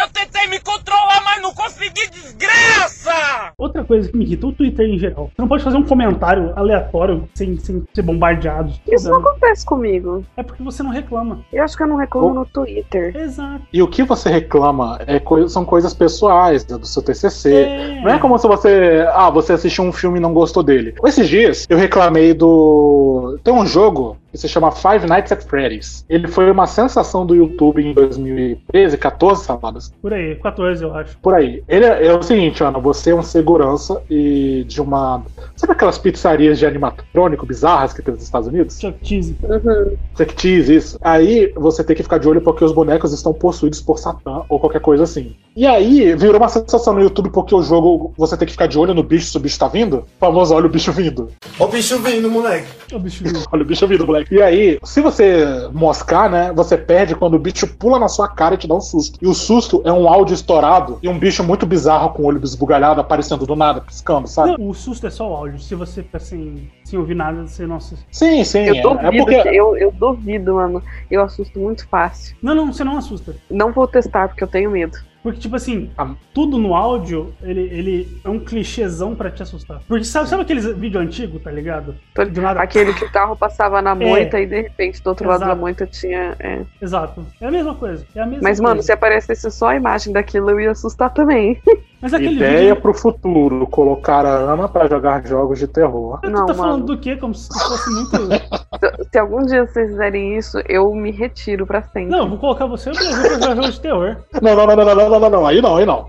Eu tentei me controlar, mas não consegui, desgraça!
Outra coisa que me irrita, o Twitter em geral. Você não pode fazer um comentário aleatório sem, sem ser bombardeado.
Isso não acontece comigo.
É porque você não reclama.
Eu acho que eu não reclamo
Oh.
no Twitter.
Exato.
E o que você reclama é coi- são coisas pessoais né, do seu TCC.
É.
Não é como se você. Ah, você assistiu um filme e não gostou dele. Esses dias eu reclamei do. Tem um jogo que se chama Five Nights at Freddy's. Ele foi uma sensação do YouTube em 2013, 14, saladas.
Por aí, 14, eu acho.
Por aí. Ele é, é o seguinte, Ana, você é um segurança e de uma. Sabe aquelas pizzarias de animatrônico bizarras que tem nos Estados Unidos?
Chuck Cheese.
Uhum.
Você que diz isso. Aí você tem que ficar de olho porque os bonecos estão possuídos por Satã ou qualquer coisa assim. E aí virou uma sensação no YouTube porque o jogo você tem que ficar de olho no bicho se o bicho tá vindo. O famoso olha o bicho vindo.
Ó o bicho vindo, moleque.
Ô, bicho.
Olha o bicho vindo, moleque. E aí, se você moscar, né, você perde quando o bicho pula na sua cara e te dá um susto. E o susto é um áudio estourado e um bicho muito bizarro com o olho esbugalhado aparecendo do nada, piscando, sabe?
Não, o susto é só o áudio. Se você ficar sem, sem ouvir nada, você não assusta.
Sim, sim.
Eu
é- é
duvido,
porque-
eu, eu duvido, mano. Eu assusto muito fácil.
Não, não, você não assusta.
Não vou testar porque eu tenho medo.
Porque, tipo assim,
Ah.
tudo no áudio, ele, ele é um clichêzão pra te assustar. Porque sabe, sabe aqueles vídeo antigo, tá ligado?
Tô-
Do nada.
Aquele que o carro passava na moita e de repente do outro lado da
Exato.
moita tinha. é.
Exato. É a mesma coisa. É a mesma
Mas, mano, se
coisa.
aparecesse só a imagem daquilo, eu ia assustar também.
Mas aquele
Ideia
vídeo.
pro futuro, colocar a Ana pra jogar jogos de terror.
Tu
Não,
tá falando
mano.
do quê? Como se fosse muito.
Se- Se algum dia vocês fizerem isso, eu me retiro pra sempre.
Não, eu vou colocar você no Brasil pra jogar jogo de terror.
Não, não, não, não, não, não, não, não, não, aí não, aí não.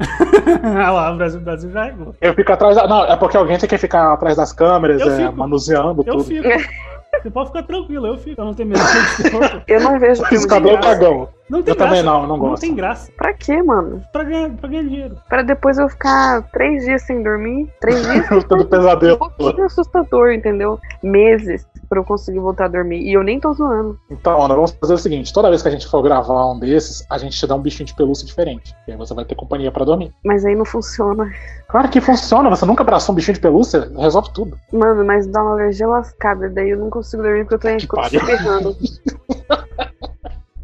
ah lá, o Brasil, o Brasil já. errou.
Eu fico atrás da... Não, é porque alguém tem que ficar atrás das câmeras,
Eu
é,
fico.
manuseando
Eu
tudo.
fico. Você pode ficar tranquilo, eu fico. Eu não tenho medo de jogo de terror. pô.
Eu não vejo filme de
Piscador é
graça.
cagão.
Não tem
Eu também
graça.
não, não gosto.
Não tem graça.
Pra quê, mano?
Pra ganhar, pra ganhar dinheiro.
Pra depois eu ficar três dias sem dormir? Três dias?
Todo
Um
pesadelo.
pouquinho assustador, entendeu? Meses pra eu conseguir voltar a dormir. E eu nem tô zoando.
Então, Ana, vamos fazer o seguinte: toda vez que a gente for gravar um desses, a gente te dá um bichinho de pelúcia diferente. E aí você vai ter companhia pra dormir.
Mas aí não funciona.
Claro que funciona, você nunca abraçou um bichinho de pelúcia, resolve tudo.
Mano, mas dá uma alergia lascada. Daí eu não consigo dormir porque eu tô
Que
eu tô
pariu.
se ferrando.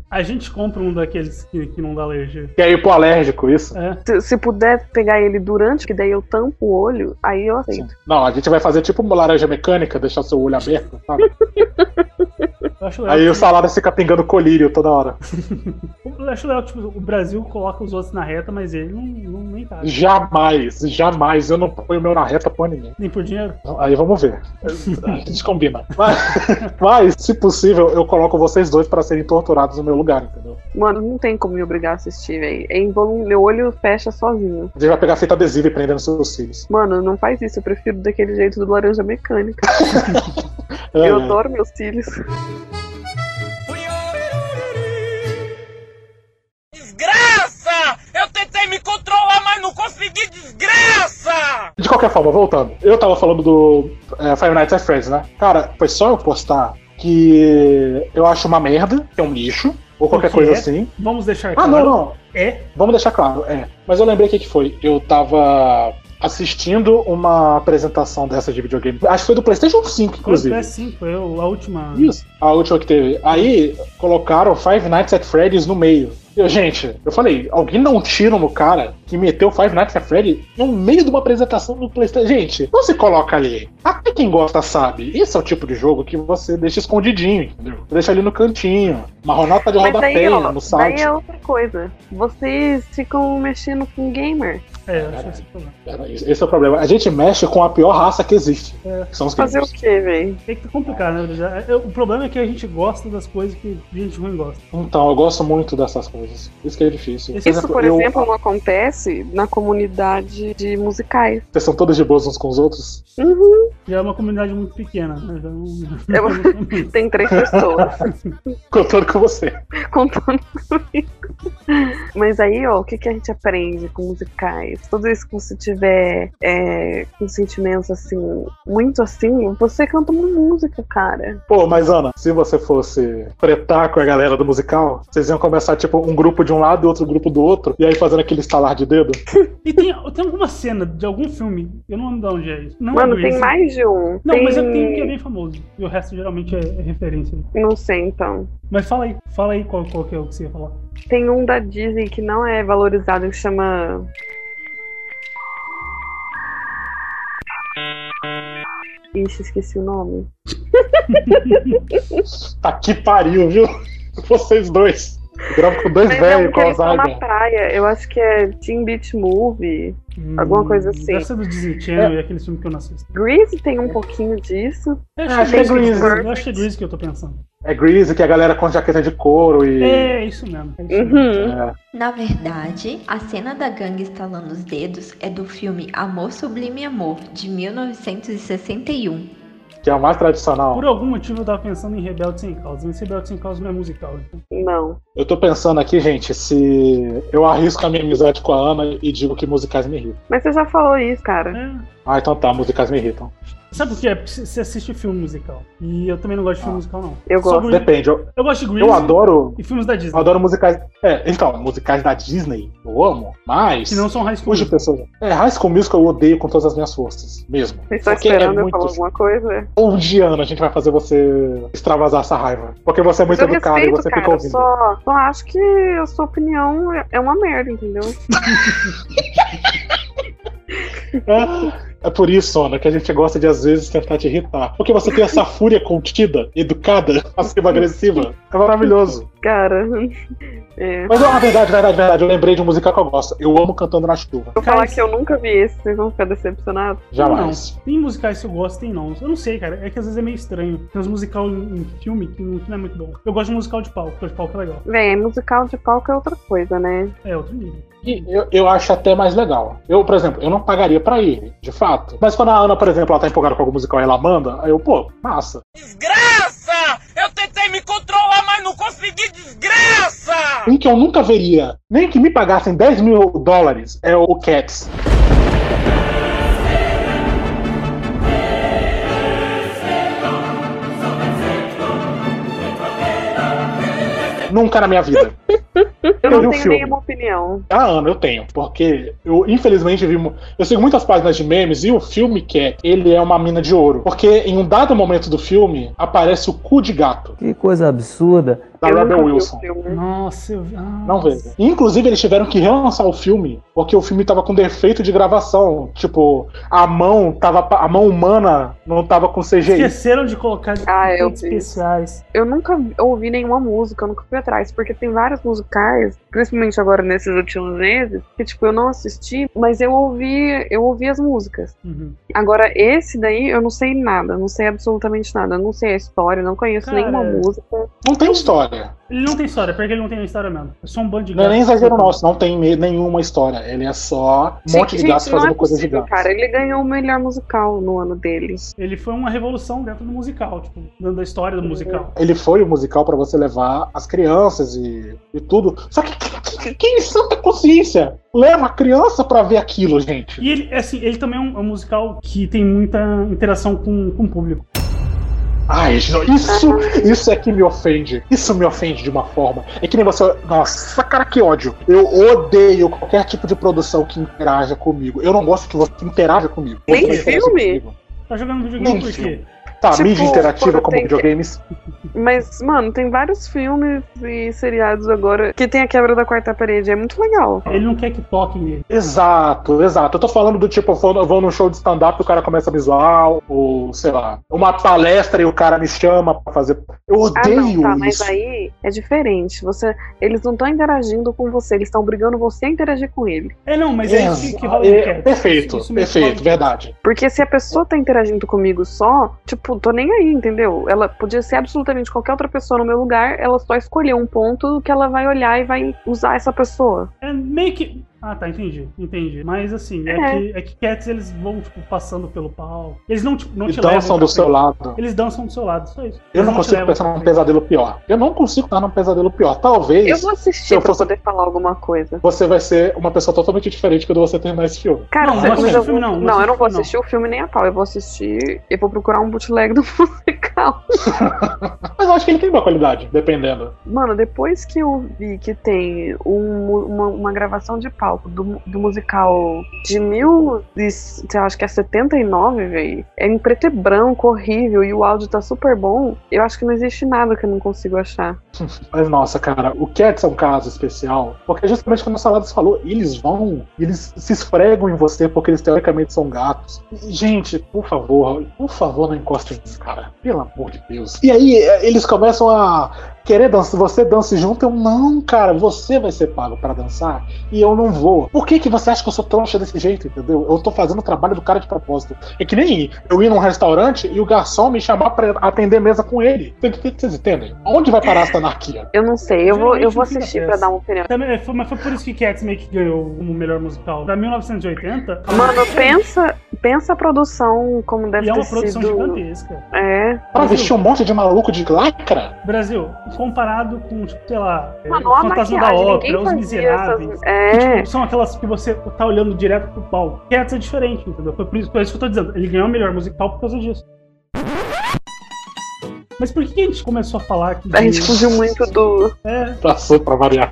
A gente compra um daqueles que, que não dá alergia.
E aí, pô, alérgico, isso?
É.
Se, se puder pegar ele durante, que daí eu tampo o olho, aí eu aceito.
Não, a gente vai fazer tipo uma laranja mecânica, deixar seu olho aberto, sabe?
Eu acho legal.
Aí o salada fica pingando colírio toda hora.
Eu acho legal, tipo, o Brasil coloca os outros na reta, mas ele não, não nem tá.
Jamais, jamais eu não ponho meu na reta por ninguém.
Nem por dinheiro.
Aí vamos ver. A gente combina. Mas, mas, se possível, eu coloco vocês dois pra serem torturados no meu lugar, entendeu?
Mano, não tem como me obrigar a assistir, velho. É involu- Meu olho fecha sozinho.
A gente vai pegar fita adesiva e prender nos seus cílios.
Mano, não faz isso. Eu prefiro daquele jeito do Laranja Mecânica.
É,
Eu
é.
adoro meus cílios.
Desgraça! Eu tentei me controlar, mas não consegui, desgraça!
De qualquer forma, voltando. Eu tava falando do é, Five Nights at Freddy's, né? Cara, foi só eu postar que eu acho uma merda, que é um lixo, ou qualquer
que
coisa
é?
assim.
Vamos deixar
Ah,
claro.
não, não.
É.
Vamos deixar claro, é. Mas eu lembrei o que, que foi. Eu tava assistindo uma apresentação dessa de videogame. Acho que foi do PlayStation 5,
Foi o
inclusive.
PS5, eu, a última.
Isso. A última que teve. Aí colocaram Five Nights at Freddy's no meio. Eu, gente, eu falei, alguém dá um tiro no cara que meteu Five Nights at Freddy no meio de uma apresentação do PlayStation. Gente, não se coloca ali. Até quem gosta sabe. Esse é o tipo de jogo que você deixa escondidinho, entendeu? Você deixa ali no cantinho. Marronata de
Mas daí,
rodapé
ó,
no site.
daí é outra coisa. Vocês ficam mexendo com gamer.
É, eu acho esse problema.
Cara, Esse é o problema. A gente mexe com a pior raça que existe.
É.
Que são os
Fazer o
gamers.
quê, velho?
É que tá complicado, né? já- eu- O problema é que a gente gosta das coisas que gente ruim gosta.
Então, eu gosto muito dessas coisas. Isso que é difícil.
Isso,
Isso, por
eu-
exemplo, não acontece na comunidade de musicais.
Vocês são todos de boas uns com os outros.
Uhum.
Já é uma comunidade muito pequena, né? Já não...
É uma- Tem três pessoas
Contando com você.
contando comigo. Mas aí, ó, o que, que a gente aprende com musicais? Tudo isso que você tiver é, com sentimentos assim, muito assim, você canta uma música, cara.
Pô, mas Ana, se você fosse pretar com a galera do musical, vocês iam começar, tipo, um grupo de um lado e outro grupo do outro, e aí fazendo aquele estalar de dedo.
E tem, tem alguma cena de algum filme, eu não lembro de onde é isso. Não
Mano,
é do
tem
Jason.
mais de um.
Não,
tem...
mas eu tenho um que é bem famoso. E o resto geralmente é, é referência.
Não sei, então.
Mas fala aí, fala aí qual, qual que é o que você ia falar.
Tem um da Disney que não é valorizado, que chama. Ixi, esqueci o nome.
Tá que pariu, viu? Vocês dois. Eu gravo com dois
Mas é um
velhos
que
com
eles estão na
Alzheimer.
praia. Eu acho que é Teen Beach Movie. Alguma coisa assim.
Hum,
É.
Deve ser do Disney Channel e aquele filme que eu não assisto.
Grease tem um pouquinho disso.
Eu
Ah,
acho que é
tem
Grease.
Grease.
Eu acho que é Grease que eu tô pensando.
É Greasy, que é a galera com jaqueta de couro e.
É, isso mesmo. é isso mesmo.
Uhum.
É.
Na verdade, a cena da gangue estalando os dedos é do filme Amor Sublime Amor, de 1961.
que é a mais tradicional.
Por algum motivo eu tava pensando em Rebelde Sem Causa, mas Rebelde Sem Causa não é musical. então.
Não.
Eu tô pensando aqui, gente, se eu arrisco a minha amizade com a Ana e digo que musicais me irritam.
Mas você já falou isso, cara.
É.
Ah, então tá, musicais me irritam.
Sabe por quê? É porque c- você assiste filme musical. E eu também não gosto de filme musical, não.
Eu
Só
gosto.
Grease-
Depende, eu,
Eu gosto de Grease
eu adoro.
e filmes da
Eu
Disney,
adoro musicais. É, então, musicais da Disney, eu amo, mas.
que não são high school.
Hoje, pessoas. É, High School Musical eu odeio com todas as minhas forças, mesmo.
Vocês estão
Porque é
esperando eu
muito-
falar alguma coisa?
Hoje, Ana, a gente vai fazer você extravasar essa raiva. Porque você é muito
eu
educado e
respeito,
você
cara.
fica
eu
ouvindo.
Só, só acho que a sua opinião é- é uma merda, entendeu?
É por isso, Ana, que a gente gosta de às vezes tentar te irritar. Porque você tem essa fúria contida, educada, passiva-agressiva. É maravilhoso.
Cara, É.
Mas ah, verdade, verdade, verdade. Eu lembrei de um musical que eu gosto. Eu amo cantando na chuva.
Vou falar que eu nunca vi esse, vocês vão ficar decepcionados.
Jamais.
Tem musicais que eu gosto, tem não. Eu não sei, cara. É que às vezes é meio estranho. Tem uns musical em, em filme que não, que não é muito bom. Eu gosto de musical de palco, porque de palco é legal.
Véi, musical de palco é outra coisa, né?
É outro nível.
E eu, eu acho até mais legal. Eu, por exemplo, eu não pagaria pra ir, de fato. Mas quando a Ana, por exemplo, ela tá empolgada com algum musical e ela manda, aí eu, pô, massa.
Desgraça! Tá, Eu tentei me controlar, mas não consegui, desgraça!
Um que eu nunca veria, nem que me pagassem 10 mil dólares, é o Cats. Nunca na minha vida. vi
Eu não
o
tenho
filme.
nenhuma opinião.
Ah, Ana, eu tenho, porque eu infelizmente vi. mu- Eu sigo muitas páginas de memes e o filme que é, ele é uma mina de ouro. Porque em um dado momento do filme aparece o cu de gato
Que coisa absurda.
da
eu nunca
Rebel
vi o
Wilson.
filme.
Nossa, eu... ah,
Não vejo. Inclusive, eles tiveram que relançar o filme, porque o filme tava com defeito de gravação. Tipo, a mão tava. pa- A mão humana não tava com CGI.
Esqueceram de colocar
Ah, eu
efeitos
vi.
especiais.
Eu nunca vi- ouvi nenhuma música, eu nunca fui atrás, porque tem vários musicais, principalmente agora nesses últimos meses, que tipo, eu não assisti, mas eu ouvi, eu ouvi as músicas.
Uhum.
Agora, esse daí eu não sei nada, não sei absolutamente nada, eu não sei a história, não conheço
Cara,
nenhuma
é.
música.
Não tem história.
Ele não tem história, é porque ele não tem uma história mesmo. É só um bando de
Não é
gatos.
nem exagero nosso, não tem me- nenhuma história. Ele é só um monte de gatos
é
fazendo coisas de gatos.
cara, ele ganhou o melhor musical no ano dele.
Ele foi uma revolução dentro do musical, tipo, dentro da história
Uhum.
do musical.
Ele foi o musical pra você levar as crianças e, e tudo. Só que que- que- quem em santa consciência leva a criança pra ver aquilo, gente?
E ele, assim, ele também é um, é um musical que tem muita interação com, com o público.
Ai, Gino, isso, isso é que me ofende. Isso me ofende de uma forma. É que nem você. Nossa, cara, que ódio. Eu odeio qualquer tipo de produção que interaja comigo. Eu não gosto que você interaja comigo.
Nem
Você não interage
filme?
comigo.
Tá jogando videogame
Não,
por quê?
Tá,
Tipo,
mídia interativa
quando
como
tem-
videogames.
Mas, mano, tem vários filmes e seriados agora que tem a quebra da quarta parede, é muito legal.
Ele não quer que toquem nele.
Exato, exato. Eu tô falando do tipo, eu vou, eu vou num show de stand-up e o cara começa a visual, ou sei lá, uma palestra e o cara me chama pra fazer. Eu
Ah,
odeio
não, tá, mas
isso.
aí é diferente. Você, eles não estão interagindo com você, eles estão obrigando você a interagir com ele.
É, não, mas é, isso que, que rola
É,
no
é,
Cats.
perfeito,
Isso- isso mesmo
perfeito,
rola.
verdade.
Porque se a pessoa tá interagindo comigo só, tipo, tô nem aí, entendeu? Ela podia ser absolutamente qualquer outra pessoa no meu lugar, ela só escolheu um ponto que ela vai olhar e vai usar essa pessoa.
É meio que. Ah, tá, entendi, entendi. Mas assim, é,
É.
que, é que Cats eles vão, tipo, passando pelo pau. Eles não, tipo, não
E
te levam.
dançam
pra
Então, do seu
frente.
lado.
Eles dançam do seu lado, só isso.
Eu
Eles
não
te então.
consigo
levam
pensar
pra
num
frente.
pesadelo pior. Eu não consigo estar num pesadelo pior. Talvez
Eu vou assistir
Se eu
pra
fosse-
poder falar alguma coisa.
você vai ser uma pessoa totalmente diferente quando você terminar esse filme.
Cara,
Não,
você-
não assiste
mas eu
o filme,
vou-
não, não
Não, eu
assiste
não
o
vou
filme, não.
assistir o filme nem a pau. Eu vou assistir. Eu vou procurar um bootleg do musical.
Mas eu acho que ele tem uma qualidade, dependendo.
Mano, depois que eu vi que tem um mu- uma, uma gravação de palco do, do musical de mil. e s- sei lá, acho que é 79, velho. É em preto e branco, horrível, e o áudio tá super bom. Eu acho que não existe nada que eu não consigo achar.
Mas nossa, cara, o Cats é um caso especial, porque é justamente como o Saladas falou, eles vão, eles se esfregam em você porque eles teoricamente são gatos. E, Gente, por favor, por favor, não encoste nisso, cara. Pelo amor de Deus. E aí eh, eles começam a querer dançar, você dança junto, eu não, cara, você vai ser pago pra dançar e eu não vou. Por que que você acha que eu sou trouxa desse jeito, entendeu? Eu tô fazendo o trabalho do cara de propósito. É que nem eu ir num restaurante e o garçom me chamar pra atender mesa com ele. Vocês entendem? Onde vai parar essa anarquia?
Eu não sei, eu vou,
Geralmente
eu vou
não fica
assistir pra
peça.
dar uma opinião.
Também, é, foi- mas foi por isso que Cats meio que ganhou como melhor musical. Da 1980.
Mano, pensa, pensa a produção como deve
E é
ter
uma produção
sido.
gigantesca.
É.
Pra vestir um monte de maluco de lacra?
Brasil, comparado com, tipo, sei lá, é,
Mano, olha a
Fantasma da
maquiagem,
Ópera,
ninguém
Os
fazia
Miseráveis.
essas-
que,
É.
tipo, são aquelas que você tá olhando direto pro palco. Cats é diferente, entendeu? Foi por isso, por isso que eu tô dizendo. Ele ganhou o melhor musical por causa disso. Mas por que que a gente começou a falar que.
A gente fugiu muito do.
É,
Passou pra variar.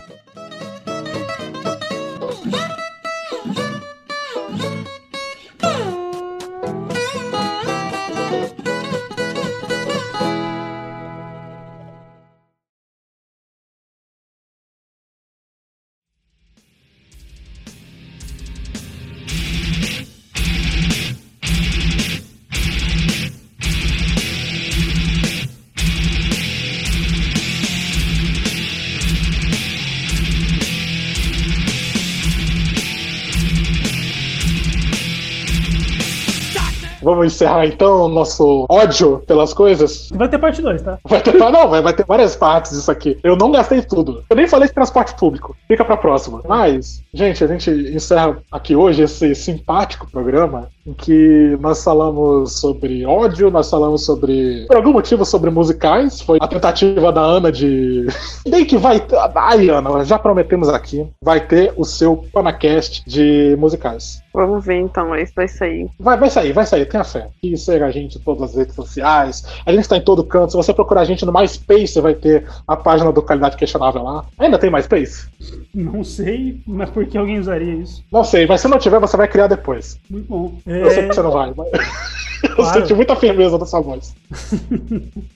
Vamos encerrar então o nosso ódio pelas coisas?
Vai ter parte 2, tá?
Vai ter, não, vai, vai ter várias partes isso aqui. Eu não gastei tudo. Eu nem falei de transporte público. Fica pra próxima. Mas, gente, a gente encerra aqui hoje esse simpático programa em que nós falamos sobre ódio, nós falamos sobre. Por algum motivo, sobre musicais. Foi a tentativa da Ana de. Nem que vai. ter- Ai, Ana, já prometemos aqui. Vai ter o seu Panacast de musicais.
Vamos ver então, esse vai sair.
Vai, vai sair, vai sair, tenha fé. E segue a gente em todas as redes sociais. A gente está em todo canto. Se você procurar a gente no MySpace, você vai ter a página do Qualidade Questionável lá. Ainda tem MySpace?
Não sei, mas por que alguém usaria isso?
Não sei, mas se não tiver, você vai criar depois.
Muito bom.
Eu sei
É,
que você não vai, mas. Eu
Claro.
senti muita firmeza nessa voz.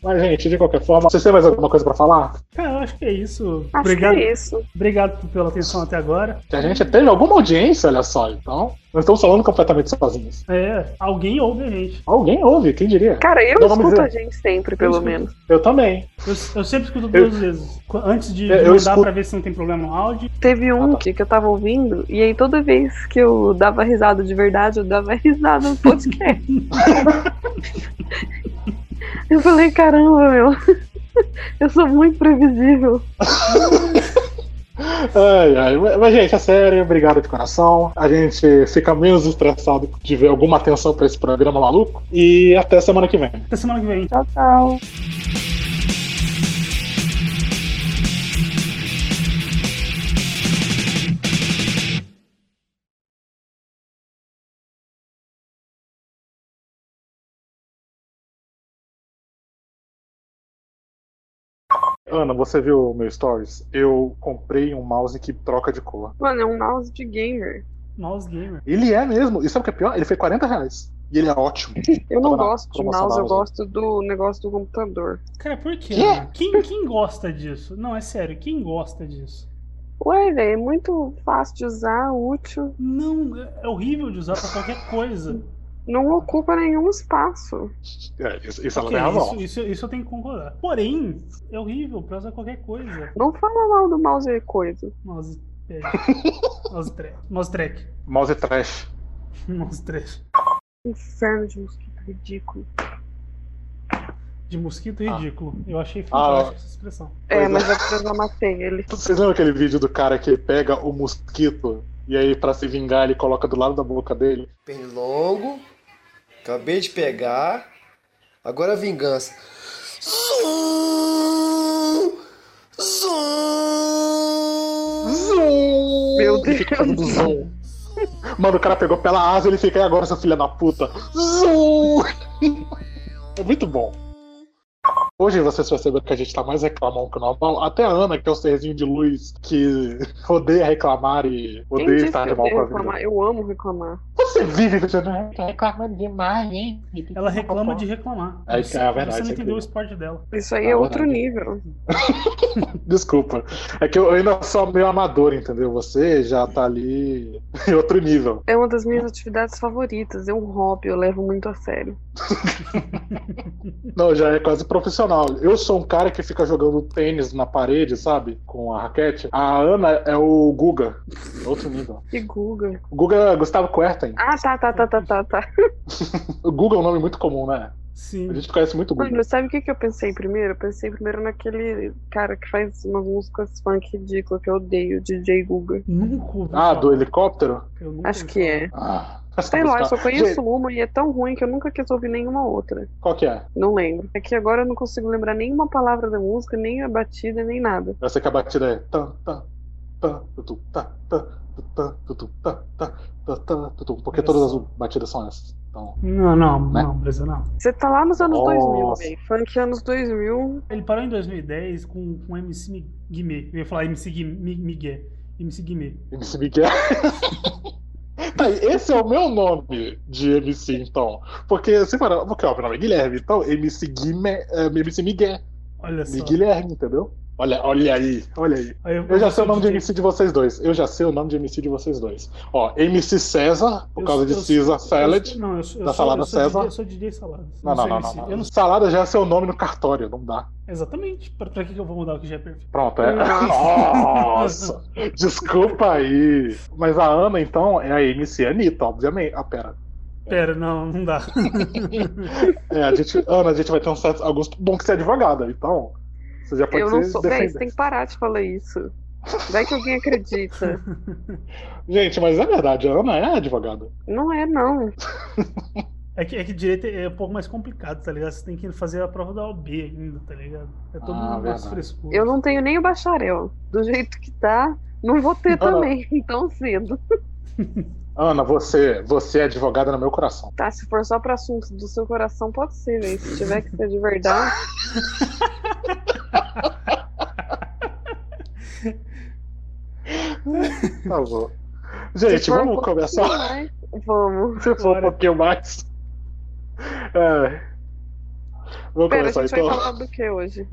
mas, gente, de qualquer forma, vocês têm mais alguma coisa pra falar?
cara, eu acho que é isso.
Acho
obrigado,
que é isso.
obrigado pela atenção até agora.
Que a gente teve alguma audiência, olha só, então. Não estamos falando completamente sozinhos.
É, alguém ouve a gente.
Alguém ouve, quem diria?
Cara, eu
Não, vamos
escuto
ver.
a gente sempre, pelo
escuto.
menos.
Eu também.
Eu, eu sempre escuto duas vezes. Qu- Antes de
Eu- É, eu
mandar
escuto-
pra ver se não tem problema no áudio.
Teve um
Ah, tá.
que, que eu tava ouvindo, e aí toda vez que eu dava risada de verdade, eu dava risada no podcast. eu falei, caramba, meu. Eu sou muito previsível.
Ai, ai. Mas, mas, gente, é sério, obrigado de coração. A gente fica menos estressado de ver alguma atenção pra esse programa maluco. E até semana que vem.
Até semana que vem.
Tchau, tchau.
Ana, você viu o meu stories? Eu comprei um mouse que troca de cor.
Mano, é um mouse de gamer.
Mouse Gamer.
Ele é mesmo. E sabe o que é pior? Ele foi 40 reais. E ele é ótimo.
Eu não
Tava na
gosto de
promoção
mouse,
da
eu
Amazon.
gosto do negócio do computador.
Cara, por quê?
Quê?
mano? Quem, quem gosta disso? Não, é sério, quem gosta disso?
Ué, velho, é muito fácil de usar, útil,
Não, é é horrível de usar pra qualquer coisa.
não ocupa nenhum espaço.
É, isso, isso ela
Ok,
tem razão.
isso, isso, isso eu tenho que concordar. Porém, é horrível pra usar qualquer coisa.
Não fala mal do mouse e coisa.
Mouse pad. Mouse track. Mouse track.
Mouse é trash.
Mouse trash.
Inferno de mosquito ridículo.
De mosquito ridículo. Eu achei
Ah.
fantástica essa expressão.
É,
Pois é.
mas é porque eu já matei ele.
Vocês lembram aquele vídeo do cara que pega o mosquito e aí, pra se vingar, ele coloca do lado da boca dele?
Pernilongo. Acabei de pegar. Agora a vingança. Zum! Zum!
Meu
Ele fica fazendo zoom. Mano, o cara pegou pela asa ele fica aí agora, seu filho da puta. Zoom! É muito bom. Hoje vocês percebem que a gente tá mais reclamando que o normal. Até a Ana, que é o serzinho de luz, que odeia reclamar e
Quem
odeia
disse
estar de
que eu
mal com
devo
a vida.
reclamar? Eu amo reclamar.
Você vive reclamando, "Ah, tá reclamando demais, hein?
Ela reclama de reclamar.
É,
Você-
é verdade, isso
Você
é
não entendeu
incrível.
o esporte dela.
Isso aí
Ah,
é outro
verdade.
nível.
Desculpa. É que eu ainda sou meio amador, entendeu? Você já tá ali em outro nível.
É uma das minhas atividades favoritas. É um hobby, eu levo muito a sério.
Não, já é quase profissional. Eu sou um cara que fica jogando tênis na parede, sabe? Com a raquete. A Ana é o Guga. É Outro nível.
E Guga.
O Guga é Gustavo Kuerten.
Ah, tá, tá, tá, tá, tá, tá.
O Guga é um nome muito comum, né?
Sim.
A gente conhece muito o Guga.
Mano, sabe o que, que eu pensei primeiro? Eu pensei primeiro naquele cara que faz umas músicas funk ridículas que eu odeio, DJ Guga.
Nunca ouvi
Ah, do
falar.
helicóptero?
Eu nunca
Acho
ouvi
que é.
Ah.
Sei lá, eu só
Gente,
conheço uma e é tão ruim que eu nunca quis ouvir nenhuma outra.
Qual que é?
Não lembro. É que agora eu não consigo lembrar nenhuma palavra da música, nem a batida, nem nada.
Eu sei que a batida é. tan, tan, tan, tutu, tan, tan, tutu, tan, tutu, tan, tan, tan, tan, tutu, Porque
Olha
todas
só.
as batidas são essas. Então,
Não, não,
Né?
não, Brisa, não.
Você tá lá nos anos
Nossa.
2000, velho. Funk anos 2000.
Ele parou em 2010 com, com MC Mi- Guimê. Eu ia falar MC Guim- Mi- Miguel. MC Guimê.
MC Miguel. Tá aí, esse é o meu nome de MC, então. Porque, se for, porque ó, meu nome é Guilherme, então MC Guimé, é, MC Miguel.
Olha só.
Guilherme, entendeu? Olha, olha aí, olha aí.
Aí
Eu já sei o nome de
DJ.
MC de vocês dois. Eu já sei o nome de MC de vocês dois. Ó, MC César, por
Eu
causa de
sou- eu
Caesar
sou-
Salad.
eu sou- Não, eu sou, eu
da
sou-
salada
eu sou DJ,
César.
eu sou DJ Salada.
Não, não,
sou
não,
MC.
não.
Eu não-
Salada já é seu nome no cartório, não dá.
Exatamente. Pra, pra que que eu vou mudar o que já é perfeito?
Pronto, é.
Nossa.
Nossa! Desculpa aí. Mas a Ana, então, é a MC Anitta, obviamente. Ah, pera.
Pera, não, não dá.
É, a gente, Ana, a gente vai ter um certo Augusto. Bom que você é advogada, então. Você já pode
Eu não
se
sou. Véi,
defender.
você tem que parar de falar isso. Vai que alguém acredita.
Gente, mas é verdade, a Ana é advogada.
Não é, não.
É que, é que direito é um pouco mais complicado, tá ligado? Você tem que fazer a prova da OB ainda, tá ligado? É todo
Ah,
mundo gosta
verdade.
frescura.
Eu não tenho nem o bacharel. Do jeito que tá, não vou ter
Não, não.
também tão cedo.
Ana, você, você é advogada no meu coração.
Tá, se for só pra assunto do seu coração, pode ser, véi. Se tiver que ser de verdade.
Tá bom. Gente,
se for um
vamos
pouquinho
começar.
mais, Vamos.
Se for um
Bora.
pouquinho mais. É. Vamos
Pera, a
começar
gente
então.
vai falar do que hoje?